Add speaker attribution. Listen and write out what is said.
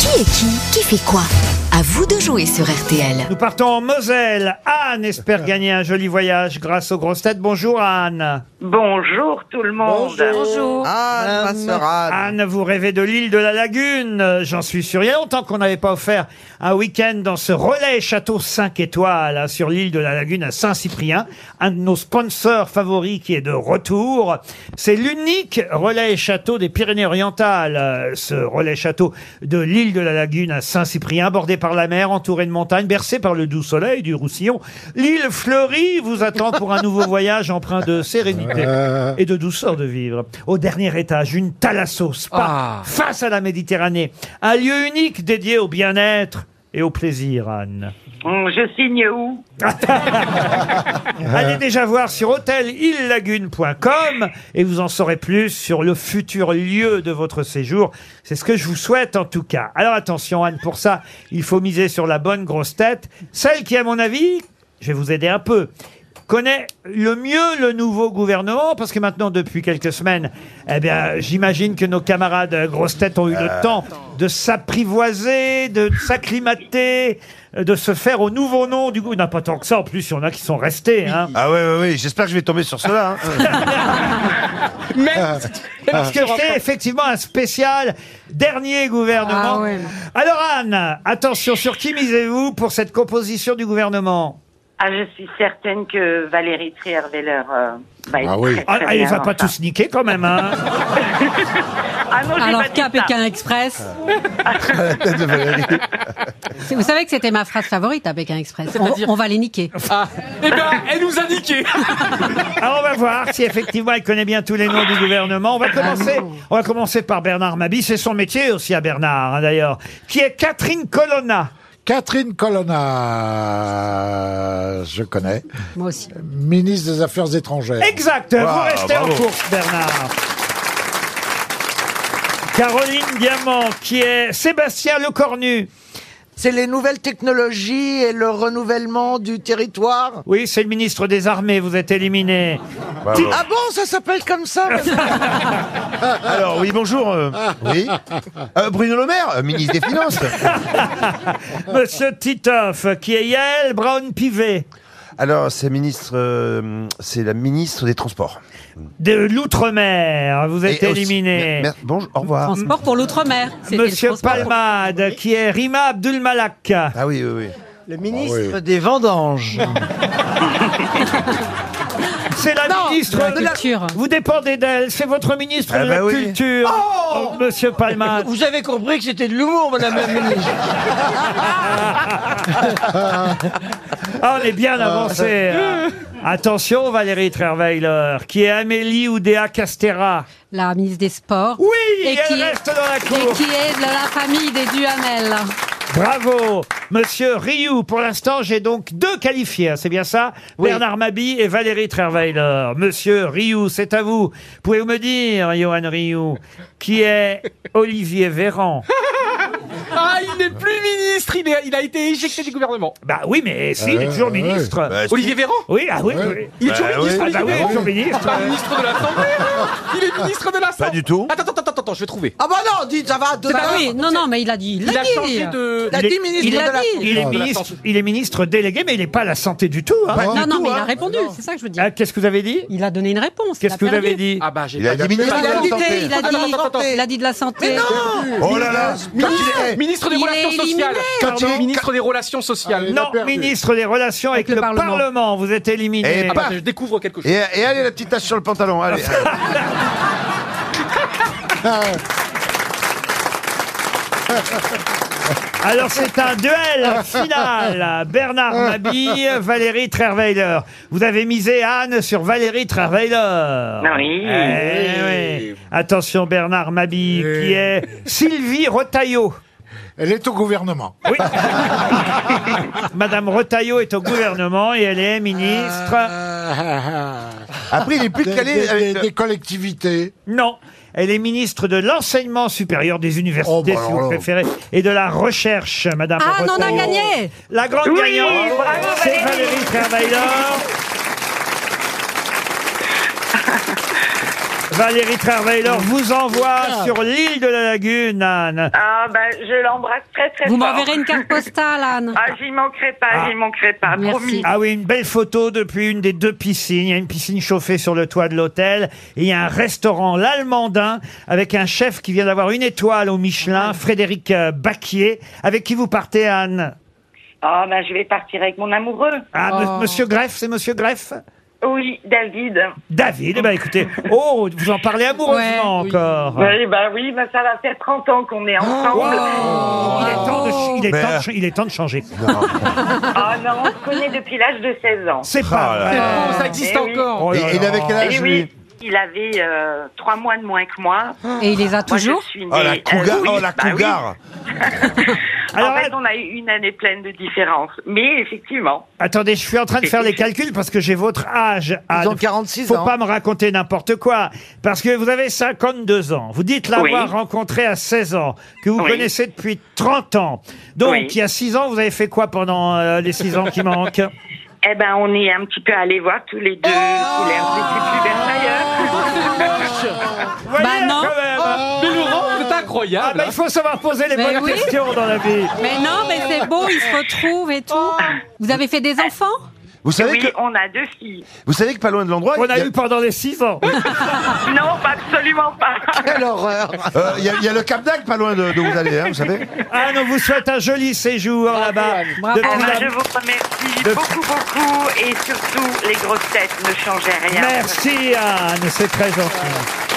Speaker 1: Qui est qui Qui fait quoi À vous de jouer sur RTL.
Speaker 2: Nous partons en Moselle. Anne espère gagner un joli voyage grâce aux grosses têtes. Bonjour Anne.
Speaker 3: Bonjour tout le monde.
Speaker 4: Bonjour.
Speaker 5: Ah, ma sœur Anne.
Speaker 2: Anne, vous rêvez de l'île de la Lagune, euh, j'en suis sûr. Il y a longtemps qu'on n'avait pas offert un week-end dans ce relais château 5 étoiles hein, sur l'île de la Lagune à Saint-Cyprien. Un de nos sponsors favoris qui est de retour. C'est l'unique relais château des Pyrénées-Orientales, euh, ce relais château de l'île de la Lagune à Saint-Cyprien, bordé par la mer, entouré de montagnes, bercé par le doux soleil du Roussillon. L'île fleurie vous attend pour un nouveau voyage empreint de sérénité et de douceur de vivre. Au dernier étage, une thalasso spa face à la Méditerranée, un lieu unique dédié au bien-être et au plaisir, Anne.
Speaker 3: Hum, Je signe où
Speaker 2: Allez déjà voir sur hôtelillagune.com et vous en saurez plus sur le futur lieu de votre séjour. C'est ce que je vous souhaite en tout cas. Alors attention Anne, pour ça, il faut miser sur la bonne grosse tête, celle qui à mon avis, je vais vous aider un peu, connaît le mieux le nouveau gouvernement parce que maintenant depuis quelques semaines, eh bien, j'imagine que nos camarades euh, grosses têtes ont eu le temps de s'apprivoiser, de s'acclimater, euh, de se faire au nouveau nom du gouvernement. Pas tant que ça, en plus, il y en a qui sont restés. Hein.
Speaker 6: Ah ouais, ouais, ouais, j'espère que je vais tomber sur cela. hein.
Speaker 2: Parce que c'est effectivement un spécial dernier gouvernement.
Speaker 4: Ah ouais.
Speaker 2: Alors Anne, attention, sur qui misez-vous pour cette composition du gouvernement
Speaker 3: Ah, je suis certaine que Valérie Trierweiler euh, va être
Speaker 6: Ah oui.
Speaker 3: très,
Speaker 2: ah,
Speaker 3: très
Speaker 2: Elle
Speaker 3: bien
Speaker 2: va
Speaker 3: dans
Speaker 2: pas
Speaker 3: ça.
Speaker 2: tous niquer quand même. Hein.
Speaker 3: Ah non, j'ai pas
Speaker 4: Alors,
Speaker 3: dit
Speaker 4: Cap
Speaker 3: ça.
Speaker 4: Pékin Express.
Speaker 6: Tête de Valérie.
Speaker 4: C'est- Vous savez que c'était ma phrase favorite à Pékin Express. On, on va les niquer.
Speaker 7: Eh ben, elle nous a niqué.
Speaker 2: Alors Ah, on va voir si effectivement elle connaît bien tous les noms du gouvernement. On va commencer, on va commencer par Bernard Mabi. C'est son métier aussi à Bernard hein, d'ailleurs. Qui est Catherine Colonna.
Speaker 8: Catherine Colonna, je connais,
Speaker 4: Moi aussi.
Speaker 8: ministre des Affaires étrangères.
Speaker 2: Exact. vous restez en course, Bernard. Caroline Diamant, qui est Sébastien Lecornu.
Speaker 5: C'est les nouvelles technologies et le renouvellement du territoire.
Speaker 2: Oui, c'est le ministre des Armées, vous êtes éliminé.
Speaker 5: Ah bon, ça s'appelle comme ça
Speaker 6: Alors, oui, bonjour. euh,
Speaker 8: Ah,
Speaker 6: oui. Euh, Bruno Le Maire, euh, ministre des Finances.
Speaker 2: Monsieur Titoff, qui est Yael Brown-Pivet,
Speaker 6: Alors, c'est ministre, euh, c'est la ministre des Transports.
Speaker 2: de l'Outre-mer, vous êtes
Speaker 6: Et aussi-
Speaker 2: éliminé.
Speaker 6: Mer- mer- bonjour, au revoir.
Speaker 4: Transport pour l'outre-mer. C'était le
Speaker 2: Monsieur
Speaker 4: transport.
Speaker 2: Palmade, qui est Rima Abdulmalak.
Speaker 6: Ah oui, oui, oui.
Speaker 5: Le
Speaker 8: ministre
Speaker 5: des vendanges.
Speaker 2: C'est la ministre
Speaker 4: de la Culture.
Speaker 2: Vous dépendez d'elle, c'est votre ministre
Speaker 6: Ah
Speaker 2: de
Speaker 6: bah
Speaker 2: la
Speaker 6: oui.
Speaker 2: Culture, Oh, Monsieur Palmade.
Speaker 5: Vous avez compris que c'était de l'humour, madame la ministre.
Speaker 2: Ah, on est bien avancé. hein. Attention, Valérie Trierweiler, qui est Amélie Oudéa Castera.
Speaker 4: La ministre des Sports.
Speaker 2: Oui,
Speaker 4: Et
Speaker 2: elle
Speaker 4: qui est-
Speaker 2: reste dans la
Speaker 4: Et
Speaker 2: cour.
Speaker 4: qui est de la famille des Duhamel.
Speaker 2: Bravo, Monsieur Rioux. Pour l'instant, j'ai donc deux qualifiés, hein, c'est bien ça Bernard Mabi et Valérie Trierweiler. Monsieur Rioux, c'est à vous. Pouvez-vous me dire, Johan Rioux, qui est Olivier Véran
Speaker 7: Ah, il n'est plus ministre. Il, est- il a été éjecté du gouvernement.
Speaker 2: Bah oui, mais si,
Speaker 4: Euh,
Speaker 2: il est toujours
Speaker 8: ouais.
Speaker 2: ministre.
Speaker 6: Bah, est-ce
Speaker 7: Olivier Véran
Speaker 2: Oui, ah oui, oui.
Speaker 7: Il est toujours
Speaker 6: Bah,
Speaker 7: ministre.
Speaker 2: Ah bah oui,
Speaker 7: Olivier Véran
Speaker 2: toujours ministre.
Speaker 7: Pas ministre de l'Assemblée. hein. Il est ministre de l'Assemblée.
Speaker 6: Pas du tout.
Speaker 7: Attends, attends, attends, attends, je vais trouver.
Speaker 5: Ah bah non, dites, ça va, deux
Speaker 4: Bah
Speaker 5: heures.
Speaker 4: oui, non, non, mais il a dit. Il,
Speaker 7: Il
Speaker 4: l'a
Speaker 7: a
Speaker 4: dit.
Speaker 7: changé de.
Speaker 5: La
Speaker 2: Il est-
Speaker 5: dix ministres
Speaker 4: il
Speaker 5: de
Speaker 4: l'a
Speaker 5: la...
Speaker 4: dit.
Speaker 2: Il est,
Speaker 7: de la
Speaker 2: ministre,
Speaker 7: santé.
Speaker 2: il est ministre délégué, mais il n'est pas à la santé du tout. hein.
Speaker 8: Pas
Speaker 4: Non,
Speaker 8: du
Speaker 4: non,
Speaker 8: tout,
Speaker 4: mais il
Speaker 8: hein.
Speaker 4: a répondu. C'est ça que je veux dire.
Speaker 2: Ah, Qu'est-ce que vous avez dit
Speaker 4: Il a donné une réponse.
Speaker 2: Qu'est-ce
Speaker 4: il a
Speaker 2: que vous
Speaker 4: perdu.
Speaker 2: avez dit
Speaker 7: Ah bah j'ai.
Speaker 6: Il a dit
Speaker 7: perdu.
Speaker 6: ministre
Speaker 5: Il
Speaker 6: de
Speaker 5: a
Speaker 6: la
Speaker 5: dit-
Speaker 6: Santé.
Speaker 4: Il a
Speaker 5: Ah, de la
Speaker 4: dit.
Speaker 5: santé.
Speaker 4: Il a dit de la santé.
Speaker 6: Oh là là
Speaker 8: Quand il est-
Speaker 7: Ministre des
Speaker 4: Il est
Speaker 7: Relations
Speaker 4: éliminé.
Speaker 7: sociales.
Speaker 8: Quand il est-
Speaker 7: Ministre des Relations
Speaker 8: Allez.
Speaker 7: sociales.
Speaker 8: Il a
Speaker 2: Non,
Speaker 8: perdu.
Speaker 2: ministre des Relations avec,
Speaker 4: le
Speaker 2: le Parlement.
Speaker 4: Parlement.
Speaker 2: vous êtes éliminé.
Speaker 6: Eh
Speaker 7: Ah
Speaker 6: bah-
Speaker 7: bah je découvre quelque chose.
Speaker 6: Et, et allez, la petite tache sur le pantalon, allez.
Speaker 8: Ah,
Speaker 2: Alors c'est un duel final. Bernard Mabille, Valérie Trerweiler. Vous avez misé Anne sur Valérie Trerweiler.
Speaker 3: Oui.
Speaker 2: Eh oui. Attention Bernard Mabille qui est Sylvie Retailleau.
Speaker 8: Elle est au gouvernement.
Speaker 2: Oui. Madame Retailleau est au gouvernement et elle est ministre.
Speaker 8: Euh.
Speaker 6: Après, il est plus
Speaker 8: Des,
Speaker 6: calé.
Speaker 8: des-
Speaker 6: avec-
Speaker 8: des- des collectivités.
Speaker 2: Non. Elle est ministre de l'enseignement supérieur des
Speaker 8: Oh, bah
Speaker 2: universités, si
Speaker 8: alors
Speaker 2: vous
Speaker 8: là.
Speaker 2: préférez, et de la recherche, Madame
Speaker 4: Ah, non, on a
Speaker 2: Retailleau.
Speaker 4: gagné.
Speaker 2: La grande
Speaker 3: Oui,
Speaker 8: Ah
Speaker 2: gagnante,
Speaker 3: bravo,
Speaker 2: c'est
Speaker 3: Valérie.
Speaker 2: Valérie Trierweiler. Valérie Trierweiler vous
Speaker 8: Ah.
Speaker 2: envoie sur l'île de la Lagune, Anne.
Speaker 3: Ah, ben, je l'embrasse très, très
Speaker 4: Vous
Speaker 3: fort.
Speaker 4: m'enverrez une carte postale, Anne.
Speaker 3: Ah, j'y manquerai pas,
Speaker 2: Ah.
Speaker 3: j'y manquerai pas,
Speaker 4: Merci.
Speaker 3: promis.
Speaker 2: Ah oui, une belle photo depuis une des deux piscines. Il y a une piscine chauffée sur le toit de l'hôtel. Et il y a un restaurant, l'Allemandin, avec un chef qui vient d'avoir une étoile au
Speaker 4: Ah.
Speaker 2: Michelin, Frédéric euh, Baquier, avec qui vous partez, Anne.
Speaker 3: Ah, ben, je vais partir avec mon amoureux.
Speaker 2: Ah,
Speaker 4: Oh.
Speaker 2: m- monsieur Greff, c'est monsieur Greff
Speaker 3: Oui, David.
Speaker 2: David, eh ben écoutez, oh, vous en parlez amoureusement
Speaker 4: Ouais, oui.
Speaker 2: encore.
Speaker 3: Oui, bah oui, bah ça va faire 30 ans qu'on est ensemble.
Speaker 4: Oh.
Speaker 2: Il est temps de ch- il est
Speaker 6: Mais-
Speaker 2: temps de ch- il est temps de changer.
Speaker 3: Ah non, on se connaît depuis l'âge de 16 ans.
Speaker 2: C'est
Speaker 6: Ah là
Speaker 2: pas vrai.
Speaker 7: ça existe
Speaker 3: Eh oui.
Speaker 7: encore.
Speaker 2: Oh
Speaker 6: Et
Speaker 2: là
Speaker 6: et il
Speaker 2: là.
Speaker 6: avait quel
Speaker 3: Et
Speaker 6: âge, lui
Speaker 3: oui, il avait euh, trois mois de moins que moi.
Speaker 2: Ah.
Speaker 4: Et il les a
Speaker 3: Moi, je
Speaker 4: toujours
Speaker 3: suis
Speaker 6: Oh, la
Speaker 3: née-
Speaker 6: cougar
Speaker 3: euh, oui,
Speaker 6: Oh, la
Speaker 3: bah oui.
Speaker 6: cougar
Speaker 2: Alors,
Speaker 3: en fait, on a eu une année pleine de différences. Mais effectivement,
Speaker 2: Attendez, je suis en train de faire les calculs parce que j'ai votre âge. Anne.
Speaker 5: ont 46
Speaker 2: Faut
Speaker 5: ans.
Speaker 2: pas me raconter n'importe quoi. Parce que vous avez 52 ans. Vous dites l'avoir
Speaker 3: Oui.
Speaker 2: rencontré à 16 ans, que vous
Speaker 3: Oui.
Speaker 2: connaissez depuis 30 ans. Donc,
Speaker 3: Oui.
Speaker 2: il y a 6 ans, vous avez fait quoi pendant euh, les 6 ans qui manquent
Speaker 4: Bah,
Speaker 3: eh ben, on est un petit peu allés voir tous les deux sous l'air du Club ailleurs.
Speaker 2: Vous voyez,
Speaker 4: Bah
Speaker 2: quand
Speaker 4: non.
Speaker 2: même.
Speaker 7: Mais Laurent, c'est
Speaker 2: Ah,
Speaker 7: incroyable.
Speaker 2: bah, il faut savoir poser les
Speaker 4: Mais
Speaker 2: bonnes
Speaker 4: oui.
Speaker 2: questions dans la vie.
Speaker 4: Mais non, mais c'est beau, ils se retrouvent et tout. Vous avez fait des enfants
Speaker 6: Vous savez
Speaker 3: Oui,
Speaker 6: que,
Speaker 3: on a deux filles.
Speaker 6: vous savez que pas loin de l'endroit,
Speaker 2: On
Speaker 6: il
Speaker 2: a
Speaker 6: y, a-
Speaker 2: eu pendant les 6 ans.
Speaker 3: Non, pas absolument pas.
Speaker 5: Quelle horreur
Speaker 6: euh, il y a- il y a le Cap d'Agde pas loin de, de où vous allez, hein, vous savez.
Speaker 2: Ah, on vous souhaite un joli séjour là-bas.
Speaker 4: Bravo.
Speaker 2: Depuis
Speaker 3: Eh ben,
Speaker 2: la-
Speaker 3: je vous remercie
Speaker 2: De-
Speaker 3: beaucoup, beaucoup. Et surtout, les grosses têtes ne changeaient rien.
Speaker 2: Merci Anne, c'est très gentil.